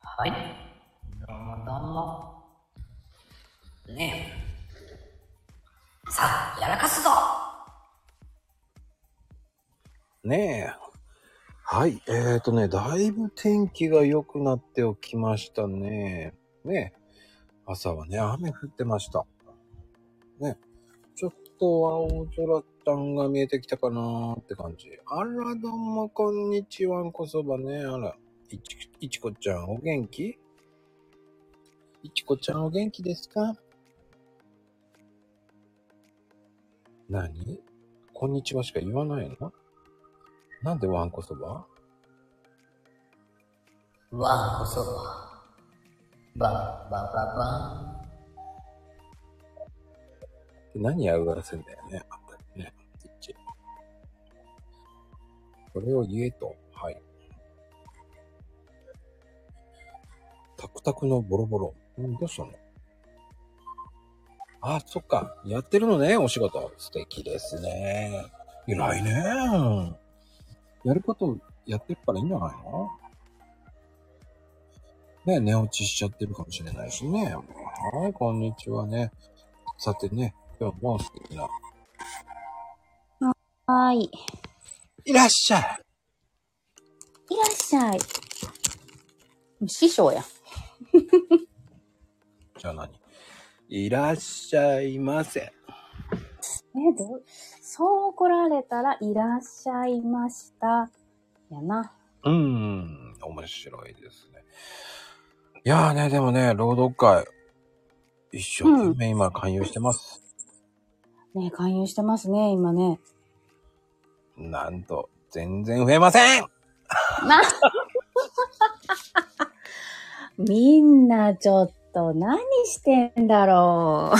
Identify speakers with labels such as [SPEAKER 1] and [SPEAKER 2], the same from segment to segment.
[SPEAKER 1] はい。どうもどうも。ねえ。さあ、やらかすぞ
[SPEAKER 2] ねえ。はい。えーとね、だいぶ天気が良くなっておきましたね。ねえ。朝はね、雨降ってました。ねえ。ちょっと青空ちゃんが見えてきたかなーって感じ。あら、どうも、こんにちは。んこそばね。あら、いち、いちこちゃん、お元気いちこちゃん、お元気ですか何こんにちはしか言わないのなんでわんこそば
[SPEAKER 1] わんこそば。ばんばばばん。
[SPEAKER 2] で何やうがらせんだよね。あったよね。一それを言えと。はい。タクタクのボロボロ。うん、どうしたのあ、そっか。やってるのね、お仕事。素敵ですね。偉いね。やることやってっからいいんじゃないのね寝落ちしちゃってるかもしれないしね。はい、こんにちはね。さてね、今日も素敵な。
[SPEAKER 3] はーい。
[SPEAKER 2] いらっしゃい
[SPEAKER 3] いらっしゃい。師匠や。
[SPEAKER 2] じゃあ何いらっしゃいませ。
[SPEAKER 3] え、どう、そう怒られたら、いらっしゃいました。やな。
[SPEAKER 2] うーん、面白いですね。いやーね、でもね、労働会、一生懸命今勧誘してます。
[SPEAKER 3] ねえ勧誘してますね、今ね。
[SPEAKER 2] なんと、全然増えません
[SPEAKER 3] なみんなちょっと何してんだろう。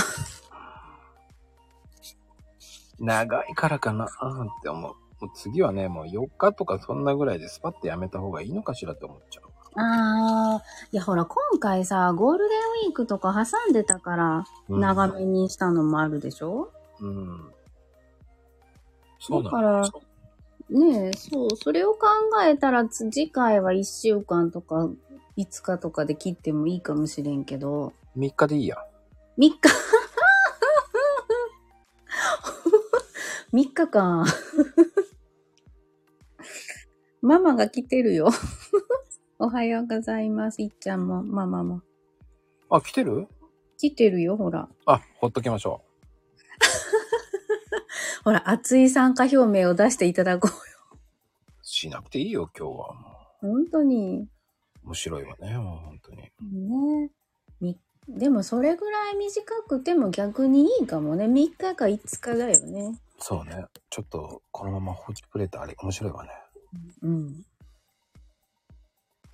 [SPEAKER 2] 長いからかなーって思う。もう次はね、もう4日とかそんなぐらいでスパッとやめた方がいいのかしらって思っちゃう。
[SPEAKER 3] あー、いやほら、今回さ、ゴールデンウィークとか挟んでたから、
[SPEAKER 2] うん
[SPEAKER 3] 長めにしたのもあるでしょ
[SPEAKER 2] うん。そう
[SPEAKER 3] だか
[SPEAKER 2] な
[SPEAKER 3] ら
[SPEAKER 2] の
[SPEAKER 3] ねえ、そう、それを考えたら、つ次回は1週間とか5日とかで切ってもいいかもしれんけど、
[SPEAKER 2] ?3 日でいいや。
[SPEAKER 3] 3日 !3 日間。ママが来てるよ。おはようございます。いっちゃんも、ママも。
[SPEAKER 2] あ、来てる
[SPEAKER 3] 来てるよ、ほら。
[SPEAKER 2] あ、ほっときましょ
[SPEAKER 3] ほら、熱い参加表明を出していただこ
[SPEAKER 2] う。しなくていいよ、今日は。も
[SPEAKER 3] う。本当に。
[SPEAKER 2] う面白いわね、もう本当に。
[SPEAKER 3] ねみでもそれぐらい短くても逆にいいかもね3日か5日だよね
[SPEAKER 2] そうね。ちょっと、このまま放置プレートあれ、面白いわね。
[SPEAKER 3] うん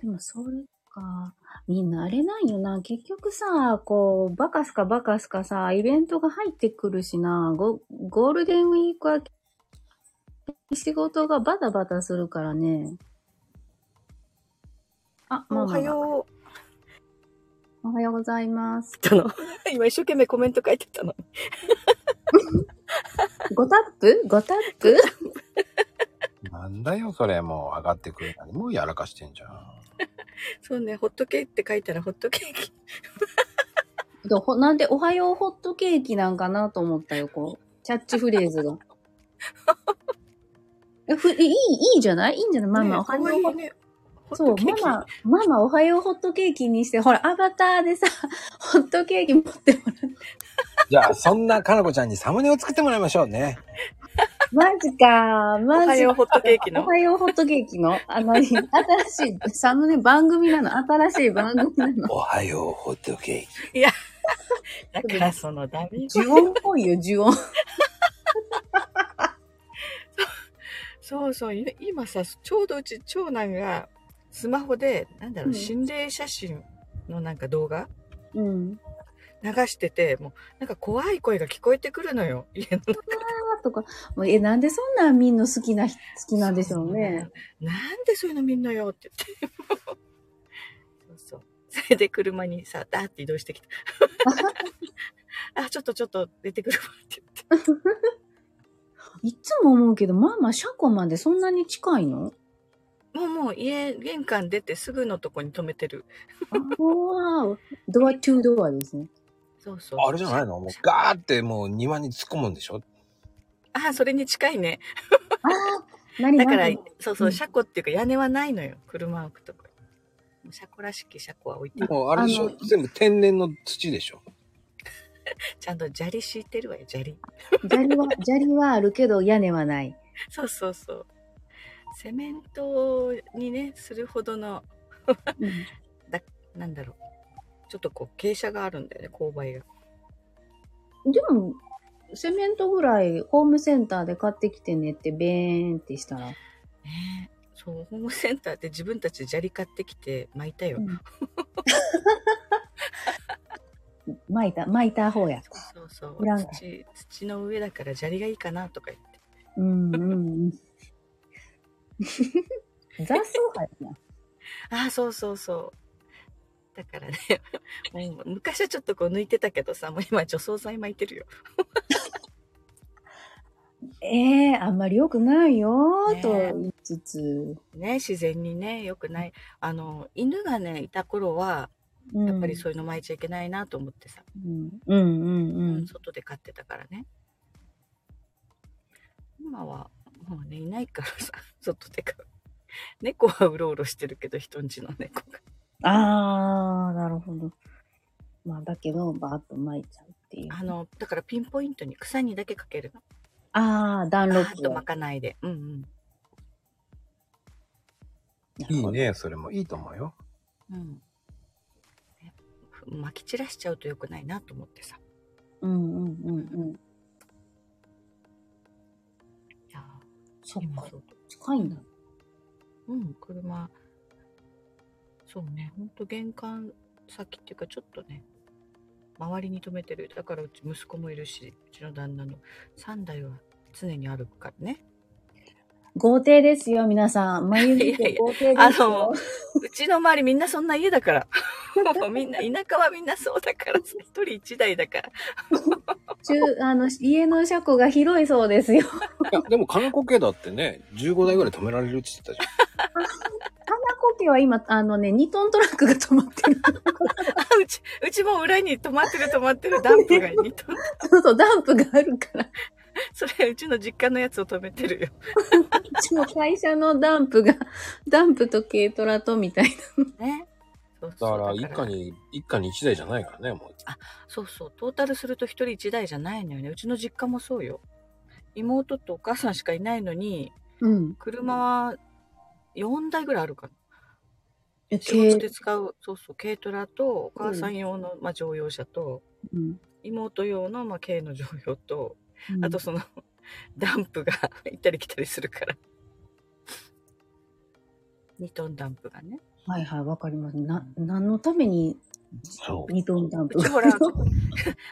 [SPEAKER 3] でもそれかみんなあれなんよな結局さこうバカすかバカすかさイベントが入ってくるしなゴゴールデンウィークは仕事がバタバタするからねあママ
[SPEAKER 4] お
[SPEAKER 3] が
[SPEAKER 4] はよう。
[SPEAKER 3] おはようございます
[SPEAKER 4] たの。今一生懸命コメント書いてたの。
[SPEAKER 3] 5タップ5タップ
[SPEAKER 2] なんだよ、それ。もう上がってくるのに。もうやらかしてんじゃん。
[SPEAKER 4] そうね、ホットケーキって書いたらホットケーキ。
[SPEAKER 3] でほなんで、おはようホットケーキなんかなと思ったよ、こう。キャッチフレーズが。えふいい、いいじゃないいいんじゃないママ、
[SPEAKER 4] ね
[SPEAKER 3] おは
[SPEAKER 4] かわい
[SPEAKER 3] ようホ
[SPEAKER 4] い
[SPEAKER 3] ット
[SPEAKER 4] ね。ホッ
[SPEAKER 3] そう
[SPEAKER 4] ト、ケーキ。
[SPEAKER 3] ママ、ママ、おはようホットケーキにして、ほら、アバターでさ、 ホットケーキ持ってもらう。
[SPEAKER 2] じゃあ、そんなかなこちゃんにサムネを作ってもらいましょうね。
[SPEAKER 3] マジか、
[SPEAKER 4] お
[SPEAKER 3] マ
[SPEAKER 4] は
[SPEAKER 3] ジ
[SPEAKER 4] よう
[SPEAKER 3] か。
[SPEAKER 4] ホットケーキ
[SPEAKER 3] お
[SPEAKER 4] の。
[SPEAKER 3] はようホットケーキの、あの、新しい、サムネ番組なの、新しい番組なの。
[SPEAKER 2] おはよう、ホットケーキ。
[SPEAKER 4] だからそのダメ
[SPEAKER 3] 呪音っぽいよ、呪音。
[SPEAKER 4] そうそう、い今さ、ちょうどうち長男がスマホで、なんだろ
[SPEAKER 3] う
[SPEAKER 4] う、
[SPEAKER 3] ん
[SPEAKER 4] 心霊写真のなんか動画
[SPEAKER 3] うん。
[SPEAKER 4] 流してて、もうなんか怖い声が聞こえてくるのよ。家の中
[SPEAKER 3] あとか、もうえ、なんでそんなんみんな好きな、好きなんでしょうね。。
[SPEAKER 4] なんでそういうの見んのよって言って。そうそう。それで車にさ、ダーって移動して きた。あ、ちょっとちょっと出てくるわって言って。
[SPEAKER 3] いつも思うけど、ママ、車庫までそんなに近いの
[SPEAKER 4] もうもう家、玄関出てすぐのとこに止めてる。
[SPEAKER 3] おードアトゥードアですね。
[SPEAKER 4] そうそう。
[SPEAKER 2] あれじゃないのもうガーってもう庭に突っ込むんでしょ
[SPEAKER 4] あ、それに近いね。
[SPEAKER 3] 何
[SPEAKER 4] だか
[SPEAKER 3] 々
[SPEAKER 4] ら、そうそうう、
[SPEAKER 3] ん
[SPEAKER 4] 車庫っていうか屋根はないのよ。車を置くとこに。車庫らしき車庫は置いてある。
[SPEAKER 2] もうあれでし
[SPEAKER 3] あ
[SPEAKER 2] ょ
[SPEAKER 3] の
[SPEAKER 2] 全部天然の土でしょ
[SPEAKER 4] ちゃんと砂利敷いてるわよ、砂利。
[SPEAKER 3] 砂利は、 砂利はあるけど屋根はない。
[SPEAKER 4] そうそうそう。セメントにね、するほどの、
[SPEAKER 3] うん
[SPEAKER 4] なんだろう。ちょっとこう、傾斜があるんだよね、勾配が。
[SPEAKER 3] でも、セメントぐらいホームセンターで買ってきてねってベーンってしたら、
[SPEAKER 4] ねえそう、ホームセンターで自分たちで砂利買ってきて巻いたよ。
[SPEAKER 3] うん巻いた、巻いた方や。
[SPEAKER 4] そうそう
[SPEAKER 3] いらん。
[SPEAKER 4] 土、土の上だから砂利がいいかなとか言って。
[SPEAKER 3] うんうんうん。 雑草生えてない
[SPEAKER 4] ああ、そうそうそう。だからね、 もう昔はちょっとこう抜いてたけどさ、もう今除草剤巻いてるよ。
[SPEAKER 3] ええあんまり良くないよーと
[SPEAKER 4] ねえ
[SPEAKER 3] 言いつつ、
[SPEAKER 4] ね、自然にね、良くない。あの、犬がね、いた頃は、
[SPEAKER 3] うん
[SPEAKER 4] やっぱりそういうの巻いちゃいけないなと思ってさ、
[SPEAKER 3] うんうんうんうん。
[SPEAKER 4] 外で飼ってたからね。今は、もうね、いないからさ、 外で飼う。猫はうろうろしてるけど、人んちの猫が。
[SPEAKER 3] ああ、なるほど。まあ、だけど、バーッと巻いちゃうっていう。
[SPEAKER 4] あの、だからピンポイントに草にだけかけるの。
[SPEAKER 3] ああ、段
[SPEAKER 4] パ
[SPEAKER 3] ロ
[SPEAKER 4] ーッ
[SPEAKER 3] ップ
[SPEAKER 4] と
[SPEAKER 3] を。
[SPEAKER 4] 巻かないで。うんうん。
[SPEAKER 2] いいね、それもいいと思うよ。
[SPEAKER 4] うん、ね撒き散らしちゃうと良くないなと思ってさ
[SPEAKER 3] うんうんうんうん。
[SPEAKER 4] いや
[SPEAKER 3] そっ
[SPEAKER 4] 今
[SPEAKER 3] か、
[SPEAKER 4] そう
[SPEAKER 3] 近いんだ。
[SPEAKER 4] うん車そうねほんと玄関先っていうかちょっとね周りに止めてるだからうち息子もいるしうちの旦那の3台は常に歩くからね
[SPEAKER 3] 豪邸ですよ、皆さん。眉毛
[SPEAKER 4] いやいや
[SPEAKER 3] 豪邸
[SPEAKER 4] あ
[SPEAKER 3] です
[SPEAKER 4] の
[SPEAKER 3] よ。
[SPEAKER 4] うちの周りみんなそんな家だから もうみんな田舎はみんなそうだからさ一人一台だから
[SPEAKER 3] 中、あの、家の車庫が広いそうですよ。
[SPEAKER 2] いや、でも金子家だってね、15台ぐらい止められるって言ってたじゃん。
[SPEAKER 3] 花子家は今、あのね、2トントラックが止まってる。
[SPEAKER 4] あうちうちも裏に止まってる止まってるダンプが2トン
[SPEAKER 3] そうそう、ダンプがあるから。
[SPEAKER 4] それうちの実家のやつを止めてるよ。
[SPEAKER 3] うちも会社のダンプが、ダンプと軽トラとみたいな。
[SPEAKER 4] ね。そう
[SPEAKER 2] だ
[SPEAKER 4] そう
[SPEAKER 2] から、一家に、一家に一台じゃないからね、もう。
[SPEAKER 4] そうそうトータルすると一人一台じゃないのよねうちの実家もそうよ妹とお母さんしかいないのに
[SPEAKER 3] うん。
[SPEAKER 4] 車は4台ぐらいあるかな
[SPEAKER 3] え、
[SPEAKER 4] 仕事
[SPEAKER 3] 軽
[SPEAKER 4] で使うそうそう軽トラとお母さん用の、まあ、乗用車と
[SPEAKER 3] うん
[SPEAKER 4] 妹用の、まあ、軽の乗用と
[SPEAKER 3] うん
[SPEAKER 4] あとその ダンプが行ったり来たりするから2トンダンプがね
[SPEAKER 3] はいはい、わかります。な、何のために
[SPEAKER 2] そ
[SPEAKER 3] ニトンダンプ
[SPEAKER 4] うち ほら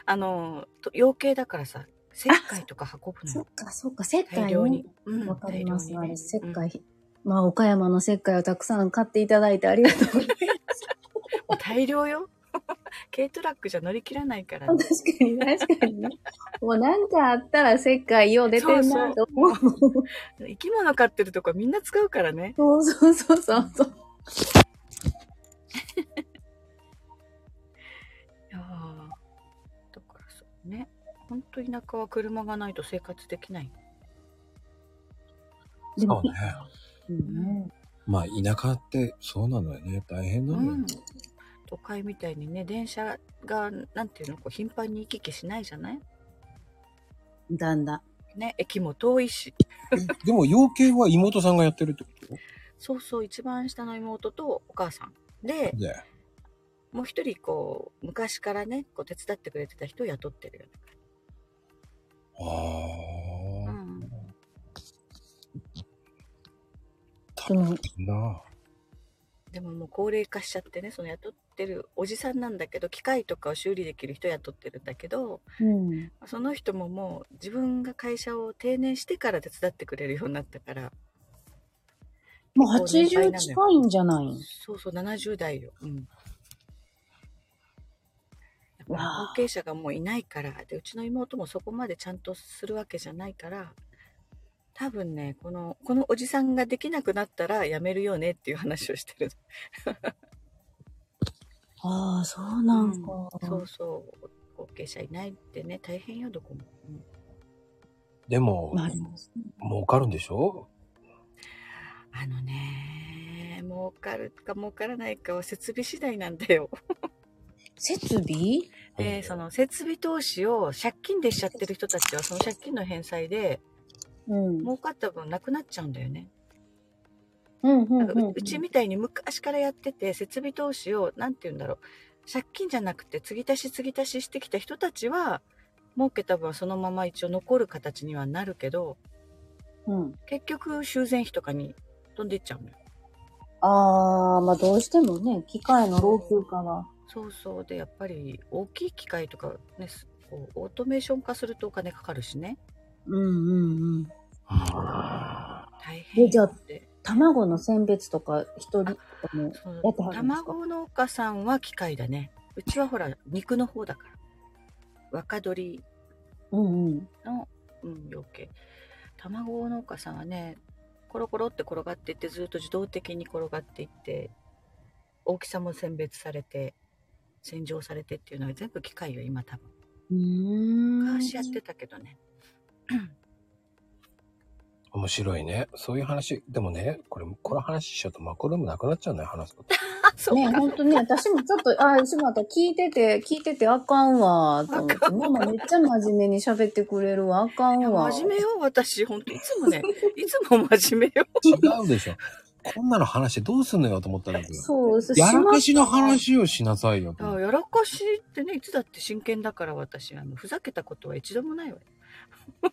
[SPEAKER 4] あのと養鶏だからさ石灰とか運ぶの
[SPEAKER 3] そっ
[SPEAKER 4] よ
[SPEAKER 3] かそっか、石
[SPEAKER 4] 大
[SPEAKER 3] 灰
[SPEAKER 4] 量に
[SPEAKER 3] に。。
[SPEAKER 4] うん
[SPEAKER 3] わかります、あれ、石。
[SPEAKER 4] 大量にね
[SPEAKER 3] 灰。まあ、岡山の石灰をたくさん買っていただいてありがとうござい
[SPEAKER 4] うんもう大量よ。 軽トラックじゃ乗り切らないから、
[SPEAKER 3] ます。確かに、確かに ね。もうなんかあったら石灰よう出てるなと思う。
[SPEAKER 4] 生き物飼ってるとこはみんな使うからね。
[SPEAKER 3] そうそうそうそうそう。
[SPEAKER 4] いやーだからそうね。本当田舎は車がないと生活できない。
[SPEAKER 2] う。
[SPEAKER 3] で
[SPEAKER 2] そ
[SPEAKER 3] も
[SPEAKER 2] う、ね。
[SPEAKER 3] うん
[SPEAKER 2] まあ、田舎ってそうなのよね。大変なのよ。
[SPEAKER 4] うん都会みたいにね、電車が、なんていうの、こう頻繁に行き来しないじゃない
[SPEAKER 3] だんだん。
[SPEAKER 4] ね、駅も遠いし。
[SPEAKER 2] でも、養鶏は妹さんがやってるってこと
[SPEAKER 4] そうそう、一番下の妹とお母さん。で、
[SPEAKER 2] で、
[SPEAKER 4] もう一人、こう、昔からね、こう手伝ってくれてた人を雇ってるよね。
[SPEAKER 2] あ
[SPEAKER 4] う
[SPEAKER 2] あ、
[SPEAKER 4] ん。
[SPEAKER 3] でも、
[SPEAKER 2] な
[SPEAKER 4] でももう高齢化しちゃってねその雇ってるおじさんなんだけど機械とかを修理できる人雇ってるんだけど
[SPEAKER 3] うん。
[SPEAKER 4] その人ももう自分が会社を定年してから手伝ってくれるようになったから
[SPEAKER 3] もう
[SPEAKER 4] 結
[SPEAKER 3] 80
[SPEAKER 4] 構年配なのよ
[SPEAKER 3] 近いんじゃない
[SPEAKER 4] そうそう70代よ、うん、だから
[SPEAKER 3] わあ
[SPEAKER 4] 後継者がもういないからでうちの妹もそこまでちゃんとするわけじゃないから多分ね、この、このおじさんができなくなったらやめるよねっていう話をしてる。
[SPEAKER 3] ああ、そうなんか。
[SPEAKER 4] そうそう。後継者いないってね、大変よ、どこも。うん
[SPEAKER 2] でも、
[SPEAKER 3] まあ、ありますね。
[SPEAKER 2] 儲かるんでしょ
[SPEAKER 4] あのね、儲かるか儲からないかは設備次第なんだよ。
[SPEAKER 3] 設備
[SPEAKER 4] で、その設備投資を借金でしちゃってる人たちは、その借金の返済で、
[SPEAKER 3] うん。
[SPEAKER 4] 儲かった分なくなっちゃうんだよね。
[SPEAKER 3] うん、うん、
[SPEAKER 4] なんか
[SPEAKER 3] う。
[SPEAKER 4] うんうちみたいに昔からやってて、設備投資を、なんて言うんだろう。借金じゃなくて、継ぎ足し継ぎ足ししてきた人たちは、儲けた分はそのまま一応残る形にはなるけど、
[SPEAKER 3] うん。
[SPEAKER 4] 結局修繕費とかに飛んでいっちゃうのよ。
[SPEAKER 3] ああ、まあどうしてもね、機械の老朽化が。
[SPEAKER 4] そうそう。で、やっぱり大きい機械とかね、すこうオートメーション化するとお金かかるしね。
[SPEAKER 3] うんうんうん。
[SPEAKER 4] 大変よ
[SPEAKER 3] えじゃあ
[SPEAKER 4] って。
[SPEAKER 3] 卵の選別とか、一人とかも。
[SPEAKER 4] そう
[SPEAKER 3] やってはるんですか
[SPEAKER 4] 卵農家さんは機械だねうちはほら肉の方だから若鶏
[SPEAKER 3] うんうん。
[SPEAKER 4] の、うん、養鶏卵農家さんはねコロコロって転がっていってずっと自動的に転がっていって大きさも選別されて洗浄されてっていうのは全部機械よ今多分
[SPEAKER 3] うーん。
[SPEAKER 4] 昔やってたけどね
[SPEAKER 2] 面白いね。そういう話。でもね、これ、この話しちゃうとマクロームなくなっちゃうのよ、話す こと。
[SPEAKER 4] あそう
[SPEAKER 3] ね、
[SPEAKER 4] か、
[SPEAKER 3] ほんとね、私もちょっと、ああ、しまった。聞いてて、聞いててあかんわ、と思って。ママめっちゃ真面目に喋ってくれるわ、あかんわ。
[SPEAKER 4] 真面目よ私本当いつ もねいつも真面目よ
[SPEAKER 2] 違うでしょ。こんなの話してどうすんのよと思ったんだけど。
[SPEAKER 3] そう、そう
[SPEAKER 2] やらかし
[SPEAKER 3] し
[SPEAKER 2] の話をしなさいよと思っ
[SPEAKER 4] あ
[SPEAKER 2] て。
[SPEAKER 4] やらかしってねいつだって真剣だから私あのふざけたことは一度もないわよ
[SPEAKER 3] ま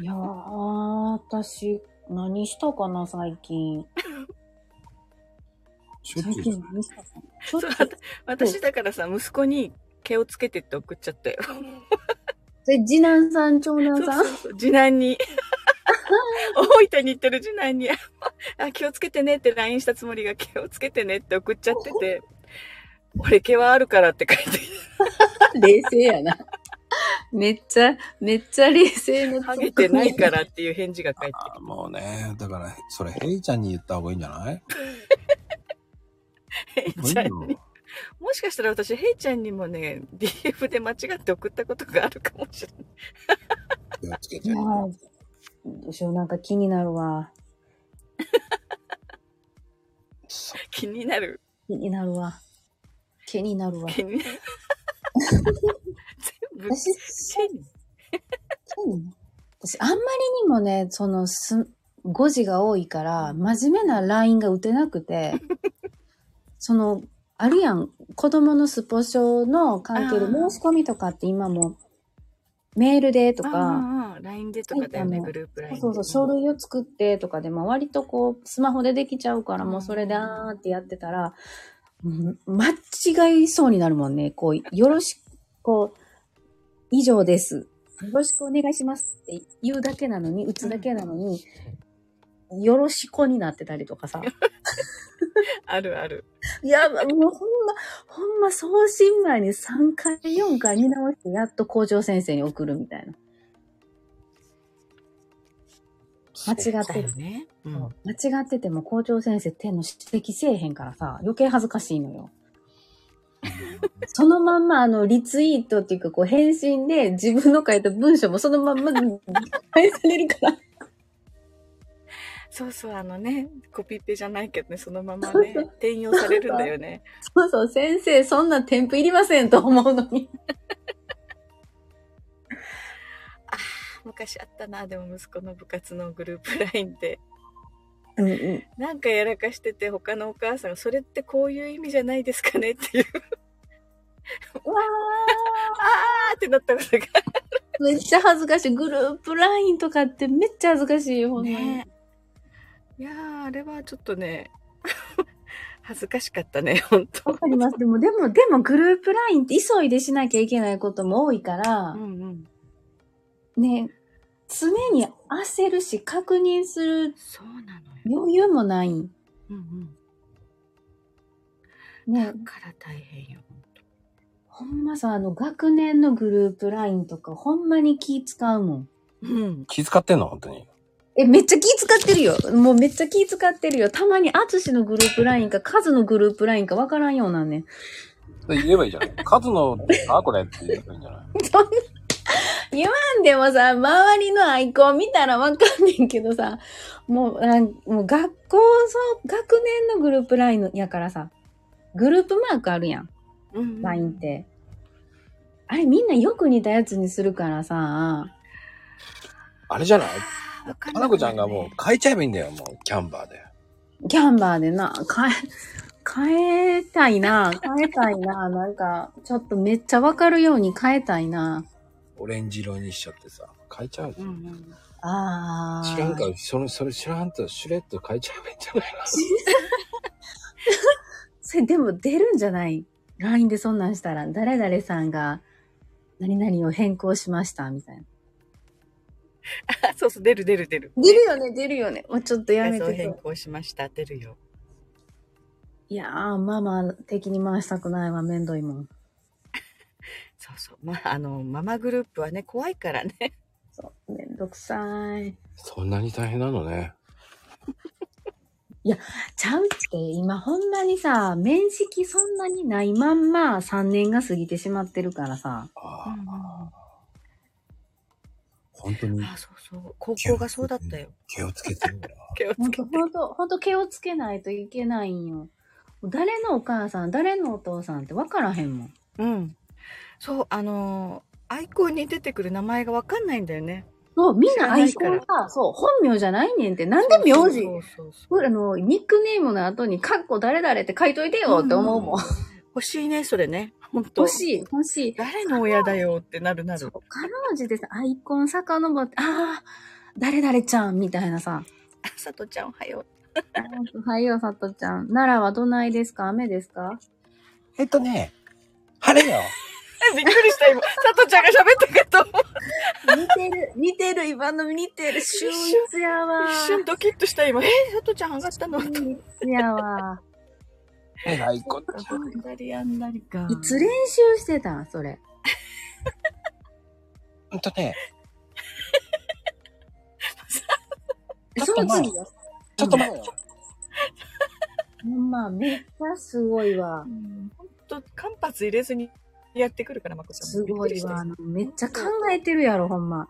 [SPEAKER 3] いやー、私、何したかな、最近。
[SPEAKER 2] しょっ
[SPEAKER 3] 最
[SPEAKER 2] ちゅう
[SPEAKER 3] 近何したかな。ちょっ
[SPEAKER 4] そう
[SPEAKER 3] と
[SPEAKER 4] わた 私だからさ息子に毛をつけてって送っちゃったよ
[SPEAKER 3] で、次男さん、長
[SPEAKER 4] そう
[SPEAKER 3] 男
[SPEAKER 4] そ
[SPEAKER 3] さ。
[SPEAKER 4] うんそう次男 に大分に行ってる次男にあ気をつけてねって LINE したつもりが気をつけてねって送っちゃって て俺毛はあるからって書いて
[SPEAKER 3] 冷静やな。めっちゃ、めっちゃ冷静な。
[SPEAKER 4] ハゲてないからっていう返事が返って
[SPEAKER 2] あもうね、だから、それ、ヘイちゃんに言った方がいいんじゃ ない
[SPEAKER 4] きてヘイちゃんにもしかしたら私ヘイちゃんにもね DF で間違って送ったことがあるかもしれない
[SPEAKER 2] 気をつけて。
[SPEAKER 3] まあ、どうしよう、なんか気になるわ。
[SPEAKER 2] そう
[SPEAKER 4] 気になる
[SPEAKER 3] 気になるわ。気になるわ。
[SPEAKER 4] 気になる全部
[SPEAKER 3] 私、
[SPEAKER 4] 手に
[SPEAKER 3] 私、あんまりにもね、その、す、誤字が多いから、真面目なラインが打てなく て、その、あるやん、子供のスポ症の関係で
[SPEAKER 4] あー
[SPEAKER 3] 申し込みとかって今も、メールでとか、
[SPEAKER 4] ああああ LINE でとかだよ
[SPEAKER 3] はい
[SPEAKER 4] ね、
[SPEAKER 3] あの
[SPEAKER 4] グループ LINE で。
[SPEAKER 3] そうそう、書類を作ってとかで、まあ割とこう、スマホでできちゃうから、
[SPEAKER 4] うん
[SPEAKER 3] もうそれであーってやってたら、うん間違いそうになるもんね。こう、よろしく、こう、以上です。よろしくお願いしますって言うだけなのに、打つだけなのに、よろしこになってたりとかさ。
[SPEAKER 4] あるある。
[SPEAKER 3] いや、もうほんま、ほんま送信前に3回、4回見直して、やっと校長先生に送るみたいな。間違って
[SPEAKER 4] だ
[SPEAKER 3] る
[SPEAKER 4] よ。ね。うん。
[SPEAKER 3] 間違ってても校長先生手の指摘せえへんからさ、余計恥ずかしいのよ。そのまんま、あの、リツイートっていうか、こう、返信で自分の書いた文章もそのまんま 返されるから。
[SPEAKER 4] そうそう、あのね、コピペじゃないけどね、そのままね、転用されるんだよね。
[SPEAKER 3] そうそう、先生、そんな添付いりませんと思うのに。
[SPEAKER 4] 昔あったな、でも息子の部活のグループ LINE で。
[SPEAKER 3] うんうん。
[SPEAKER 4] なんかやらかしてて、他のお母さんが、それってこういう意味じゃないですかねっていう、
[SPEAKER 3] うわ
[SPEAKER 4] あーってなったことが。
[SPEAKER 3] ー、めっちゃ恥ずかしい。グループ LINE とかってめっちゃ恥ずかしいよ、ほんまに。
[SPEAKER 4] ねいやー、あれはちょっとね、 恥ずかしかったね、 本当
[SPEAKER 3] わかります。でも、でも、でも、グループ LINE って急いでしなきゃいけないことも多いから、
[SPEAKER 4] うんうん。
[SPEAKER 3] ね、常に焦るし、確認する
[SPEAKER 4] そうなのよ。
[SPEAKER 3] 余裕もない。
[SPEAKER 4] うんうん。
[SPEAKER 3] ね、
[SPEAKER 4] だから大変よ。
[SPEAKER 3] ほんまさ、あの、学年のグループ LINE とか、ほんまに気使うもん。
[SPEAKER 4] うん。
[SPEAKER 2] 気遣ってんの本当に。
[SPEAKER 3] え、めっちゃ気使ってるよ。もうめっちゃ気使ってるよ。たまに、あつしのグループラインか、カズのグループラインかわからんようなんねん。
[SPEAKER 2] で言えばいいじゃない。カズの、あ、これって言えばいいんじゃない
[SPEAKER 3] そんな、言わんでもさ、周りのアイコン見たらわかんねんけどさ、もう、なんもう学校、そう、学年のグループラインのやからさ、グループマークあるやん、
[SPEAKER 4] うん。
[SPEAKER 3] ラインって。あれみんなよく似たやつにするからさ、
[SPEAKER 2] あれじゃない
[SPEAKER 4] わか
[SPEAKER 2] 花子ちゃんがもう変えちゃえばいいんだよ、もう、キャンバーで。
[SPEAKER 3] キャンバーでな、変え、変えたいな、変えたいな、なんか、ちょっとめっちゃわかるように変えたいな。
[SPEAKER 2] オレンジ色にしちゃってさ、変えちゃうじ
[SPEAKER 4] う
[SPEAKER 2] ゃ
[SPEAKER 4] ん
[SPEAKER 2] ん。
[SPEAKER 4] うん。
[SPEAKER 3] あー。
[SPEAKER 2] 知らんから、それ、それ知らんと、シュレッと変えちゃえばいいんじゃない
[SPEAKER 3] それでも出るんじゃない ?LINE でそんなんしたら、誰々さんが、何々を変更しました、みたいな。
[SPEAKER 4] あそうそう、出る出る出る。
[SPEAKER 3] 出るよね、出るよね。もうちょっとやめ
[SPEAKER 4] 画像
[SPEAKER 3] て
[SPEAKER 4] 変
[SPEAKER 3] く
[SPEAKER 4] 更しました。出るよ。
[SPEAKER 3] いやー、ママ的に回したくないわ、めんどいもん。
[SPEAKER 4] そうそう。まあ、あの、ママグループはね、怖いからね。
[SPEAKER 3] そう、めんどくさい。
[SPEAKER 2] そんなに大変なのね。
[SPEAKER 3] ちゃうって、今ほんまにさ、面識そんなにないまんま3年が過ぎてしまってるからさ。
[SPEAKER 2] ああ、
[SPEAKER 4] あ、
[SPEAKER 2] 本当に
[SPEAKER 4] そうそう。高校がそうだったよ。
[SPEAKER 2] 気をつけてるんだ。
[SPEAKER 4] 気を
[SPEAKER 3] ほ
[SPEAKER 4] つ
[SPEAKER 3] ん
[SPEAKER 4] け
[SPEAKER 3] と、
[SPEAKER 4] て。
[SPEAKER 3] ほんと、ほんと気をつけないといけないんよ。誰のお母さん、誰のお父さんって分からへんもん。
[SPEAKER 4] うん。そう、あのーアイコンに出てくる名前がわかんないんだよね。
[SPEAKER 3] そう、みん
[SPEAKER 4] 知ら
[SPEAKER 3] なア
[SPEAKER 4] ない
[SPEAKER 3] イ
[SPEAKER 4] か
[SPEAKER 3] コ
[SPEAKER 4] ら
[SPEAKER 3] ンさ、そう、本名じゃないねんって。なんで名字
[SPEAKER 4] そうそうそうそう
[SPEAKER 3] あの、ニックネームの後に、カッコ誰々って書いといてよって思うもん。
[SPEAKER 4] 欲しいね、それね。本当
[SPEAKER 3] 欲しい、欲しい。
[SPEAKER 4] 誰の親だよってなるな
[SPEAKER 3] そう
[SPEAKER 4] る。
[SPEAKER 3] 彼女でさ、アイコン遡って、ああ、誰々ちゃんみたいなさ。
[SPEAKER 4] あ、さとちゃんおはよ
[SPEAKER 3] はいよ、さとちゃん。奈良はどないですか雨ですか
[SPEAKER 2] えっとね、晴れよ。
[SPEAKER 4] う。びっくりした、 今。さとちゃんが喋ったかと思う。
[SPEAKER 3] 似てる、似てる、今の似てる。秀逸やわ。
[SPEAKER 4] 一瞬ドキッとした、今。えさとちゃん上がったのと。
[SPEAKER 3] 秀逸やわ。
[SPEAKER 2] えらいこっちゃ。
[SPEAKER 4] んだりやんだりか
[SPEAKER 3] いつ練習してたんそれ。
[SPEAKER 2] ほんとね、
[SPEAKER 3] その次よ。
[SPEAKER 2] ちょっと前よ。
[SPEAKER 3] ほんま、めっちゃすごいわ。
[SPEAKER 4] 本当間髪入れずにやってくるから、まこちゃん。
[SPEAKER 3] すご
[SPEAKER 4] びっくり
[SPEAKER 3] い
[SPEAKER 4] した
[SPEAKER 3] わ。あのめっちゃ考えてるやろ、ほんま。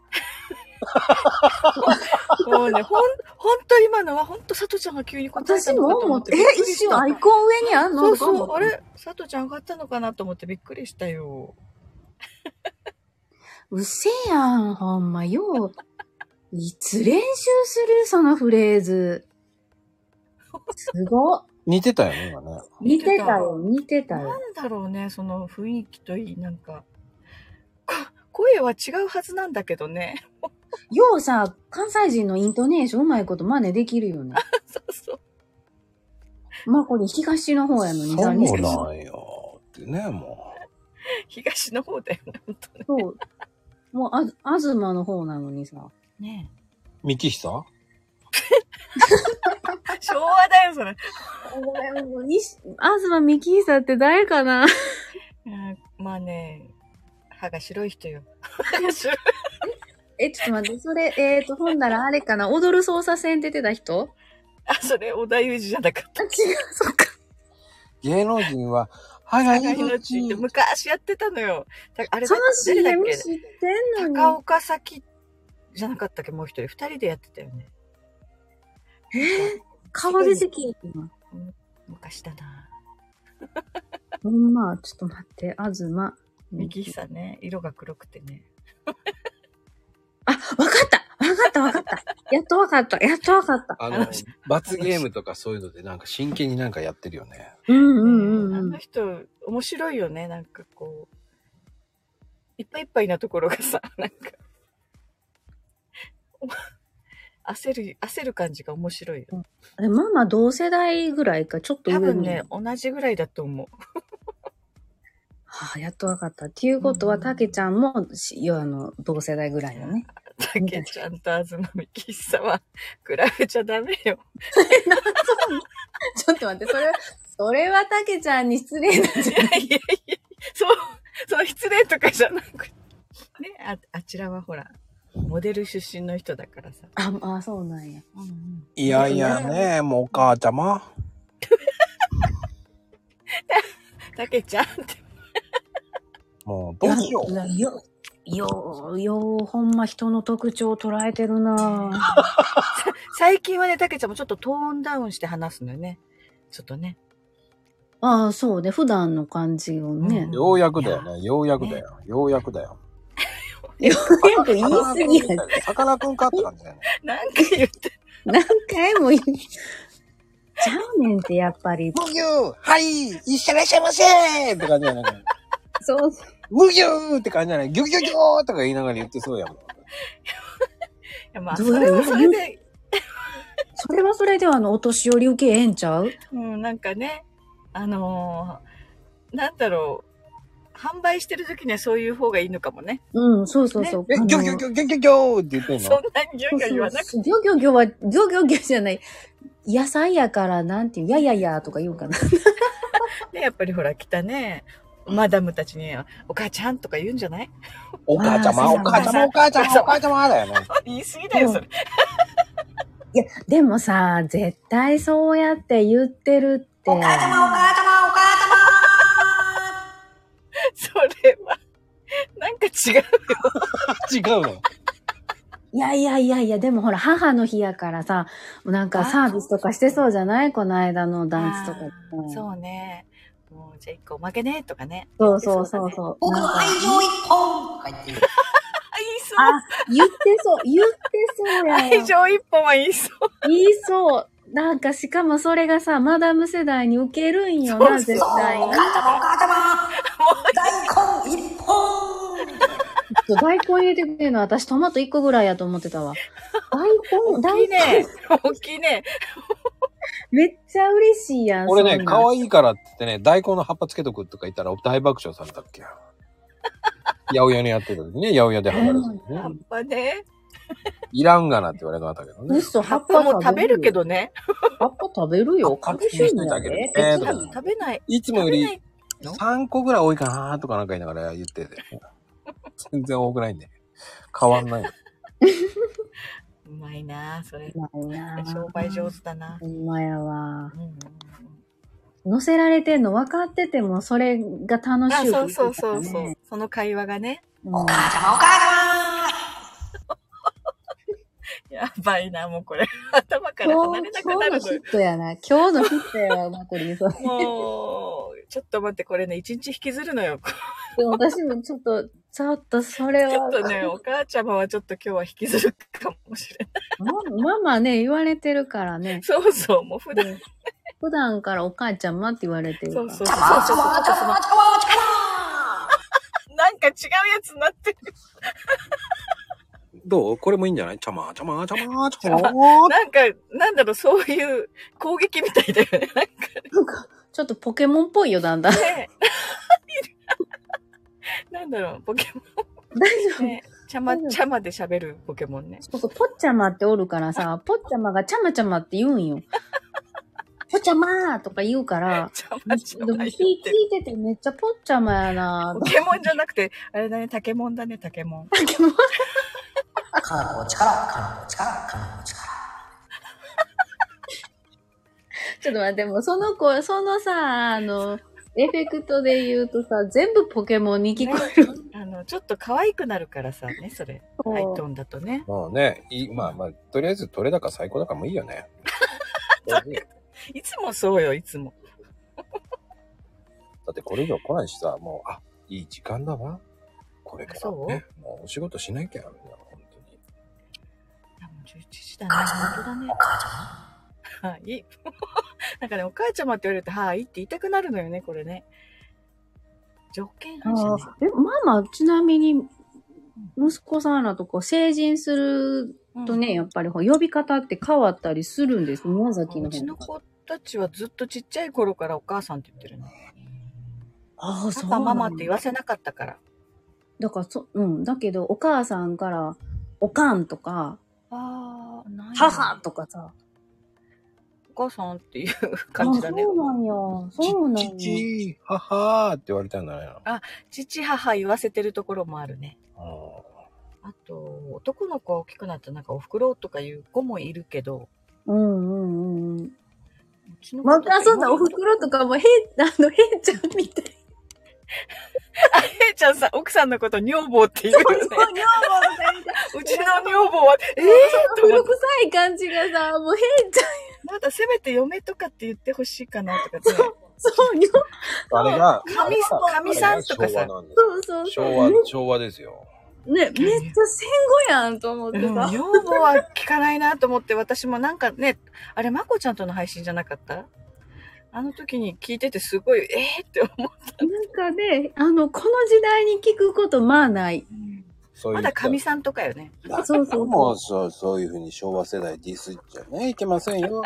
[SPEAKER 4] もうね、ほん、ほんと今のは、ほんとさとちゃんが急に答え
[SPEAKER 3] 私
[SPEAKER 4] たのか
[SPEAKER 3] も
[SPEAKER 4] と思
[SPEAKER 3] 思
[SPEAKER 4] っ。
[SPEAKER 3] ってて、え、一瞬アイコン上にあん
[SPEAKER 4] そ
[SPEAKER 3] の
[SPEAKER 4] うそう、あ
[SPEAKER 3] れ
[SPEAKER 4] れさとちゃん上がったのかなと思ってびっくりしたよ。
[SPEAKER 3] うっせえやん、ほんま。よう、いつ練習するそのフレーズ。すご っ。
[SPEAKER 2] 似てたよね、今ね。
[SPEAKER 3] 似てたよ、似てたよ。
[SPEAKER 4] なんだろうね、その雰囲気といい、なんか。こ声は違うはずなんだけどね。
[SPEAKER 3] ようさ、関西人のイントネーションうまいこと真似できるよね。
[SPEAKER 4] そうそう。
[SPEAKER 3] まあこれ東の方やの
[SPEAKER 2] そ
[SPEAKER 3] に
[SPEAKER 2] う
[SPEAKER 3] 残念
[SPEAKER 2] なんよ。ってね、も
[SPEAKER 4] 東の方だよね、ほんとね。
[SPEAKER 3] そう。もう、あず、あずまの方なのにさ。
[SPEAKER 4] ね
[SPEAKER 2] う。道久
[SPEAKER 4] 昭和だよ、それ。
[SPEAKER 3] ごめん、もう、あずまみきひさって誰かな
[SPEAKER 4] うんまあね、歯が白い人よ。 歯が白い。
[SPEAKER 3] え、ちょっと待って、それ、えーと、ほんならあれかな踊る捜査線出てた人
[SPEAKER 4] あ、それ、織田裕二じゃなかった。
[SPEAKER 3] 違う、そっか。
[SPEAKER 2] 芸能人は、歯がい
[SPEAKER 4] 高井の
[SPEAKER 2] い
[SPEAKER 4] 地っ
[SPEAKER 2] ち。
[SPEAKER 4] て昔やってたのよ。だあれ、
[SPEAKER 3] その
[SPEAKER 4] 誰だっ
[SPEAKER 3] CM
[SPEAKER 4] け
[SPEAKER 3] 知ってん
[SPEAKER 4] 高
[SPEAKER 3] の
[SPEAKER 4] 岡咲じゃなかったっけもう一人。二人でやってたよね。
[SPEAKER 3] に。えー、川出てき
[SPEAKER 4] 昔だな。
[SPEAKER 3] ほんま、ちょっと待って、あずま。
[SPEAKER 4] 右膝ね、色が黒くてね。
[SPEAKER 3] あ、わかったわかったわかったやっとわかったやっとわかった
[SPEAKER 2] あの、罰ゲームとかそういうので、なんか真剣になんかやってるよね。
[SPEAKER 3] うんうん
[SPEAKER 4] あ
[SPEAKER 3] うんう
[SPEAKER 4] の
[SPEAKER 3] ん。
[SPEAKER 4] 人、面白いよね。なんかこう、いっぱいいっぱいなところがさ、 なんか、お焦る、焦る感じが面白いよ。
[SPEAKER 3] あれ、ママ同世代ぐらいか、ちょっと
[SPEAKER 4] 多
[SPEAKER 3] 上
[SPEAKER 4] 分
[SPEAKER 3] に。
[SPEAKER 4] ね、同じぐらいだと思う。
[SPEAKER 3] はあ、やっとわかった。っていうことは、たけちゃんも、しよあの、同世代ぐらいよね。
[SPEAKER 4] たけちゃんとあずまみきしさは、比べちゃダメよ。
[SPEAKER 3] ちょっと待って、それは、 それはたけちゃんに失礼な。
[SPEAKER 4] いやいやいや、そう、そう、失礼とかじゃなくて。ね、あ、あちらはほら、モデル出身の人だからさ。
[SPEAKER 3] あ、まあ、そうなんや。
[SPEAKER 4] うんうん。
[SPEAKER 2] いやいやね、もうお母ちゃま。
[SPEAKER 4] たけちゃんって。
[SPEAKER 2] もうどうしよ
[SPEAKER 3] いやよ、よう、よう、ほんま人の特徴を捉えてるな
[SPEAKER 4] 最近はね、たけちゃんもちょっとトーンダウンして話すのよね。ちょっとね。
[SPEAKER 3] ぁああ、そうね。普段の感じをね
[SPEAKER 2] う。。ようやくだよね。ようやくだよ。ようやくだよ。
[SPEAKER 3] ようやく言い過ぎや。
[SPEAKER 2] さかなクンかって感じだよね。
[SPEAKER 4] なんか言って。
[SPEAKER 3] 何回も言う。ちゃうねんって、やっぱり。
[SPEAKER 2] むぎゅーはいいっしゃらっしゃいませーって感じじゃないか。
[SPEAKER 3] そう。
[SPEAKER 2] むぎゅーって感じじゃない。ぎゅぎゅぎゅーとか言いながら言ってそうやもん。
[SPEAKER 4] いやまあ、
[SPEAKER 3] ど
[SPEAKER 4] そう
[SPEAKER 3] や
[SPEAKER 4] れはそれで、
[SPEAKER 3] それはそれで、あの、お年寄り受けええんちゃう
[SPEAKER 4] うん、なんかね、あのーなんだろう。販売してる時にはそういう方がいいのかもね。
[SPEAKER 3] うん、そうそうそう。
[SPEAKER 2] え
[SPEAKER 3] あ、の
[SPEAKER 2] ぎゅぎゅぎゅぎゅぎゅぎゅーって言ってん
[SPEAKER 4] そ
[SPEAKER 2] の
[SPEAKER 4] んなにギョンギョン言わなくて
[SPEAKER 3] そうそうギョギョギョは、ギョギョギョじゃない。野菜やから、なんていう、やややとか言うかな。
[SPEAKER 4] ね、やっぱりほら、来たね。マダムたちに、お母ちゃんとか言うんじゃない
[SPEAKER 2] お母ちゃま、
[SPEAKER 3] あー
[SPEAKER 2] お母ちゃま、お母ちゃま、お母ちゃまだよね。
[SPEAKER 4] 言い過ぎだよ、それ。
[SPEAKER 3] いや、 でもさ、絶対そうやって言ってるって。
[SPEAKER 1] お母ちゃま、お母ちゃま、お母ちゃ
[SPEAKER 4] それは、なんか違 う。
[SPEAKER 2] 違うのよ。
[SPEAKER 3] いやいやいやいや、でもほら、母の日やからさ、もうなんか
[SPEAKER 4] あ
[SPEAKER 3] サービスとかしてそうじゃないこの間のダンスとかって。
[SPEAKER 4] そうね。もう、じゃあ一個おまけね、とかね。
[SPEAKER 3] そうそうそう
[SPEAKER 4] そうだね
[SPEAKER 3] そう。
[SPEAKER 1] 僕
[SPEAKER 3] なん
[SPEAKER 1] の
[SPEAKER 3] か
[SPEAKER 1] 愛情一本とか言ってる。
[SPEAKER 4] あ、言いそう。
[SPEAKER 3] あ、言ってそう、言ってそうやわ。
[SPEAKER 4] 愛情一本は言いそう。
[SPEAKER 3] 言いそう。なんかしかもそれがさ、マダム世代に受けるんよな、絶
[SPEAKER 1] そう、お
[SPEAKER 3] 対。
[SPEAKER 1] 母ちゃま、お母ちゃま、大根一本
[SPEAKER 3] そう大根入れてくれるの私トマト1個ぐらいやと思ってたわ。大根、
[SPEAKER 4] 大き
[SPEAKER 3] 大
[SPEAKER 4] い
[SPEAKER 3] 根
[SPEAKER 4] ね、。大きいね。
[SPEAKER 3] めっちゃ嬉しいやん。
[SPEAKER 2] 俺
[SPEAKER 3] そん
[SPEAKER 2] ね、
[SPEAKER 3] なん
[SPEAKER 2] 可愛いからって言ってね、大根の葉っぱつけとくとか言ったら大爆笑されたっけ。 八百屋にやってた時ね、八百屋で働いてた時
[SPEAKER 4] 葉っ
[SPEAKER 2] ね。
[SPEAKER 4] ぱね。
[SPEAKER 2] いらんがなって言われなかったけどね。
[SPEAKER 3] 嘘、
[SPEAKER 4] 葉
[SPEAKER 3] 葉
[SPEAKER 4] っ
[SPEAKER 3] っ
[SPEAKER 4] ぱ
[SPEAKER 3] ぱ
[SPEAKER 4] も食べるけ
[SPEAKER 3] ど。
[SPEAKER 4] どね。
[SPEAKER 3] 葉っぱ食べるよ。
[SPEAKER 2] 葉っ
[SPEAKER 3] 隠
[SPEAKER 2] ぱ
[SPEAKER 3] しんだ
[SPEAKER 2] 隠しといたけ
[SPEAKER 3] で。
[SPEAKER 2] どえーとか
[SPEAKER 4] 食べない。
[SPEAKER 2] いつもよ
[SPEAKER 4] 食べな
[SPEAKER 2] り
[SPEAKER 4] い。の
[SPEAKER 2] 3個ぐらい多いかなとかなんか言いながら言ってて。全然多くないね。変わんない。
[SPEAKER 4] うまいなそれ。
[SPEAKER 3] うまいなぁ
[SPEAKER 4] 商売上手だな。
[SPEAKER 3] ほんまやわ。
[SPEAKER 4] うんうんうん
[SPEAKER 3] 乗せられてんの分かってても、それが楽
[SPEAKER 4] あ、
[SPEAKER 3] しい、
[SPEAKER 4] そうそうそうそう。。その会話がね。
[SPEAKER 3] うん、
[SPEAKER 1] お母ちゃま、お母ちゃま
[SPEAKER 4] やばいな、もうこれ。 頭から離
[SPEAKER 3] 今
[SPEAKER 4] れ
[SPEAKER 3] 日
[SPEAKER 4] なく
[SPEAKER 3] 今
[SPEAKER 4] な
[SPEAKER 3] 日の
[SPEAKER 4] る
[SPEAKER 3] ヒットやな。今日のヒットやわ、マコリンさん。で
[SPEAKER 4] もう、ちょっと待って、これね、一日引きずるのよ。
[SPEAKER 3] も私もちょっと、ちょっとそれ
[SPEAKER 4] ちょ
[SPEAKER 3] は
[SPEAKER 4] っ、とね、お母ちゃまはちょっと今日は引きずるかもしれない。
[SPEAKER 3] まママね、言われてるからね。
[SPEAKER 4] そうそう、もう普段、
[SPEAKER 3] 普段からお母ちゃんまって言われてるか
[SPEAKER 4] そ
[SPEAKER 3] ら。
[SPEAKER 4] うそうそ
[SPEAKER 1] ち
[SPEAKER 4] う、ち
[SPEAKER 1] ゃ
[SPEAKER 4] ょ
[SPEAKER 1] ま、
[SPEAKER 4] っ
[SPEAKER 1] ちゃま、ち
[SPEAKER 4] と
[SPEAKER 1] ゃま、ちゃま、ちゃま
[SPEAKER 4] なんか違うやつになってる。
[SPEAKER 2] どうこれもいいんじゃないちゃまちゃまちゃまちゃ
[SPEAKER 4] ま
[SPEAKER 2] ま
[SPEAKER 4] なんか、なんだろう、そういう攻撃みたいだよね。なんか
[SPEAKER 3] なんか、ちょっとポケモンっぽいよ、だんだん。
[SPEAKER 4] ね。なんだろう、ポケモ
[SPEAKER 3] 大丈
[SPEAKER 4] ン
[SPEAKER 3] 夫。
[SPEAKER 4] ね。ちゃま、ちゃまで喋るポケモンね。
[SPEAKER 3] そうそう、ポッチャマっておるからさ、ポッチャマがちゃまちゃまって言うんよ。ポッチャマーとか言うから、
[SPEAKER 4] ちゃまち
[SPEAKER 3] で
[SPEAKER 4] ゃ
[SPEAKER 3] も
[SPEAKER 4] ま
[SPEAKER 3] 聞
[SPEAKER 4] 言
[SPEAKER 3] い
[SPEAKER 4] ってる。
[SPEAKER 3] 聞いててめっちゃポッチャマやな
[SPEAKER 4] ポケモンじゃなくて、あれだね、タケモンだね、タケモン。
[SPEAKER 1] かなこ力、かなこ力、かなこ力。
[SPEAKER 3] ちょっと待って、もうその子、そのさ、あの、エフェクトで言うとさ、全部ポケモンに聞こえる。
[SPEAKER 4] あの、ちょっと可愛くなるからさ、ね、それ。
[SPEAKER 3] そう
[SPEAKER 4] ハイトーンだとね。
[SPEAKER 2] もうね、いいまあまあ、とりあえず取れ高最高だからもういいよね。 だって
[SPEAKER 4] いつもそうよ、いつも。
[SPEAKER 2] だってこれ以上来ないしさ、もう、あ、いい時間だわ。これから、ね。
[SPEAKER 4] そう
[SPEAKER 2] もうお仕事しなきゃみんな、本当に。
[SPEAKER 4] いやもう11時だね。本当だね
[SPEAKER 1] お。母ちゃま、
[SPEAKER 4] はい。 なんかね、お母ちゃまって言われると、はいって言いたくなるのよね、これね。条件反射ね。
[SPEAKER 3] え、ママ、ちなみに、息子さんらとこう成人する
[SPEAKER 4] うん
[SPEAKER 3] とね、やっぱり呼び方って変わったりするんです。宮崎
[SPEAKER 4] う
[SPEAKER 3] の
[SPEAKER 4] ち
[SPEAKER 3] 方
[SPEAKER 4] の子たちはずっとちっちゃい頃からお母さんって言ってるね。
[SPEAKER 3] ああ、そ
[SPEAKER 4] パ
[SPEAKER 3] う
[SPEAKER 4] パ
[SPEAKER 3] なんだ
[SPEAKER 4] ママって言わせなかったから。
[SPEAKER 3] だからそ、うん。だけど、お母さんから、おかんとか、
[SPEAKER 4] ああ、ない。
[SPEAKER 3] 母とかさ。
[SPEAKER 4] お母さんっていう感じだね
[SPEAKER 3] あ。そうなんや。そうなんや。
[SPEAKER 2] 父、母って言われたんじゃない
[SPEAKER 4] 父、母言わせてるところもあるね。
[SPEAKER 2] の。
[SPEAKER 4] あと、男の子が大きくなったなんかお袋とかいう子もいるけど、
[SPEAKER 3] うんうんうん。
[SPEAKER 4] うちの子
[SPEAKER 3] ま
[SPEAKER 4] とか
[SPEAKER 3] あ、そうだ、お袋とかも、へい、あの、へいちゃんみたいな。
[SPEAKER 4] あへいちゃんさ、奥さんのこと女房って言うよね。
[SPEAKER 3] 女房みたいな。
[SPEAKER 4] うちの女房は、えー、と思
[SPEAKER 3] 古
[SPEAKER 4] って
[SPEAKER 3] 臭い感じがさ、もうへいちゃん、
[SPEAKER 4] なんかせめて嫁とかって言ってほしいかなとかって。
[SPEAKER 3] そう、女房。
[SPEAKER 2] あれが、
[SPEAKER 4] 神神さんとか
[SPEAKER 2] 昭和
[SPEAKER 4] さ
[SPEAKER 2] なんです
[SPEAKER 3] そうそうそう。
[SPEAKER 2] 昭和、昭和ですよ。
[SPEAKER 3] ね、めっちゃ戦後やんと思って
[SPEAKER 4] うん
[SPEAKER 3] さ。
[SPEAKER 4] 女房は聞かないなと思って、私もなんかね、あれ、まこちゃんとの配信じゃなかったあの時に聞いててすごい、えー、って思う。
[SPEAKER 3] なんかね、あの、この時代に聞くこと、まあない。
[SPEAKER 2] そういう
[SPEAKER 4] まだ神さんとかよね。
[SPEAKER 2] さん。
[SPEAKER 3] そうそう
[SPEAKER 2] もうそう、そういうふうに昭和世代ディスっちゃね、いけませんよ。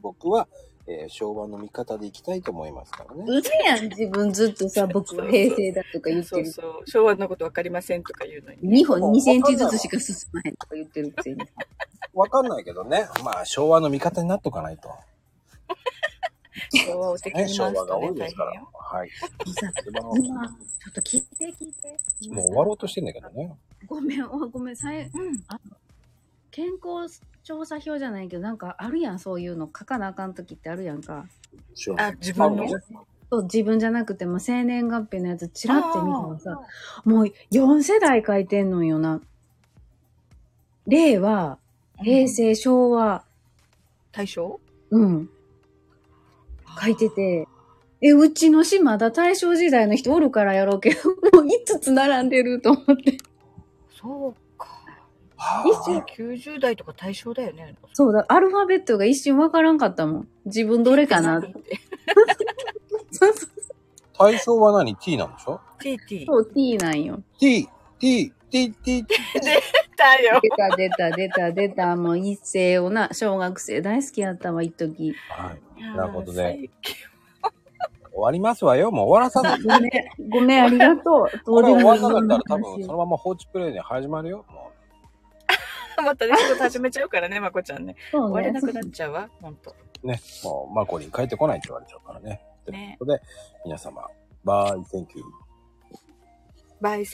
[SPEAKER 2] 僕は、えー昭和の味方でいきたいと思いますからね。
[SPEAKER 3] うやん、自分ずっとさ、僕は平成だとか言っ
[SPEAKER 4] そ
[SPEAKER 3] て
[SPEAKER 4] う
[SPEAKER 3] る。
[SPEAKER 4] そう。昭和のことわかりませんとか言うのに。
[SPEAKER 3] 2本2センチずつしか進まへんとか言ってるくせに。
[SPEAKER 2] わかんないけどね。まあ、昭和の味方になっとかないと。
[SPEAKER 4] 昭和を敵
[SPEAKER 2] ね、
[SPEAKER 4] に
[SPEAKER 2] 昭
[SPEAKER 4] 回
[SPEAKER 2] 和
[SPEAKER 4] す
[SPEAKER 2] が
[SPEAKER 4] とね
[SPEAKER 2] 多い、で
[SPEAKER 4] 大
[SPEAKER 2] すから
[SPEAKER 4] 変よ。。
[SPEAKER 2] はい。
[SPEAKER 3] さ、
[SPEAKER 2] でも
[SPEAKER 3] 今、ちょっと聞いて聞いて。
[SPEAKER 2] もう終わろうとしてんだけどね。
[SPEAKER 3] ごめん、おごめん、さい
[SPEAKER 4] うん。
[SPEAKER 3] 健康調査表じゃないけど、なんかあるやん、そういうの書かなあかん時ってあるやんか。
[SPEAKER 2] 昭和
[SPEAKER 4] あ、自分の
[SPEAKER 2] あ
[SPEAKER 3] そう自分じゃなくても生年月日のやつチラって見たらさ、もう4世代書いてんのよな。令和、平成、昭和、
[SPEAKER 4] 大正
[SPEAKER 3] うん、書いてて。え、うちの島だ大正時代の人おるからやろうけど、 もう5つ並んでると思って。
[SPEAKER 4] そうか。
[SPEAKER 2] はあ
[SPEAKER 4] 90代とか大正だよね。
[SPEAKER 3] そうだ、アルファベットが一瞬わからんかったもん。自分どれかなって。そう そ
[SPEAKER 2] 体操は何 ?t なんでしょ
[SPEAKER 4] TT。
[SPEAKER 3] う、T なんよ。
[SPEAKER 2] ?t、t、t、t、t。
[SPEAKER 4] だよ。
[SPEAKER 3] 出た出た出た出た、もう一世をな、小学生大好きやったわ、一時。
[SPEAKER 2] はい。なるほどね
[SPEAKER 4] 最近
[SPEAKER 2] 終わりますわよ。もう終わらさない。
[SPEAKER 3] ごめん、ごめん、ありがとう。
[SPEAKER 2] これ終わらなかったら
[SPEAKER 3] ど
[SPEAKER 2] 多
[SPEAKER 3] うでもい
[SPEAKER 2] 分
[SPEAKER 3] い
[SPEAKER 2] そのまま放置プレイに始まるよ。も
[SPEAKER 4] またね、仕事始めちゃうからね、まこちゃんね。
[SPEAKER 3] そう
[SPEAKER 4] 終われなくな
[SPEAKER 3] ね
[SPEAKER 4] っ。ちゃうわ、ほんと。
[SPEAKER 2] うね、もうマコに帰ってこないって言われちゃうからね。という
[SPEAKER 4] ね
[SPEAKER 2] ことで、皆様、バイ、センキュー。
[SPEAKER 4] バイセ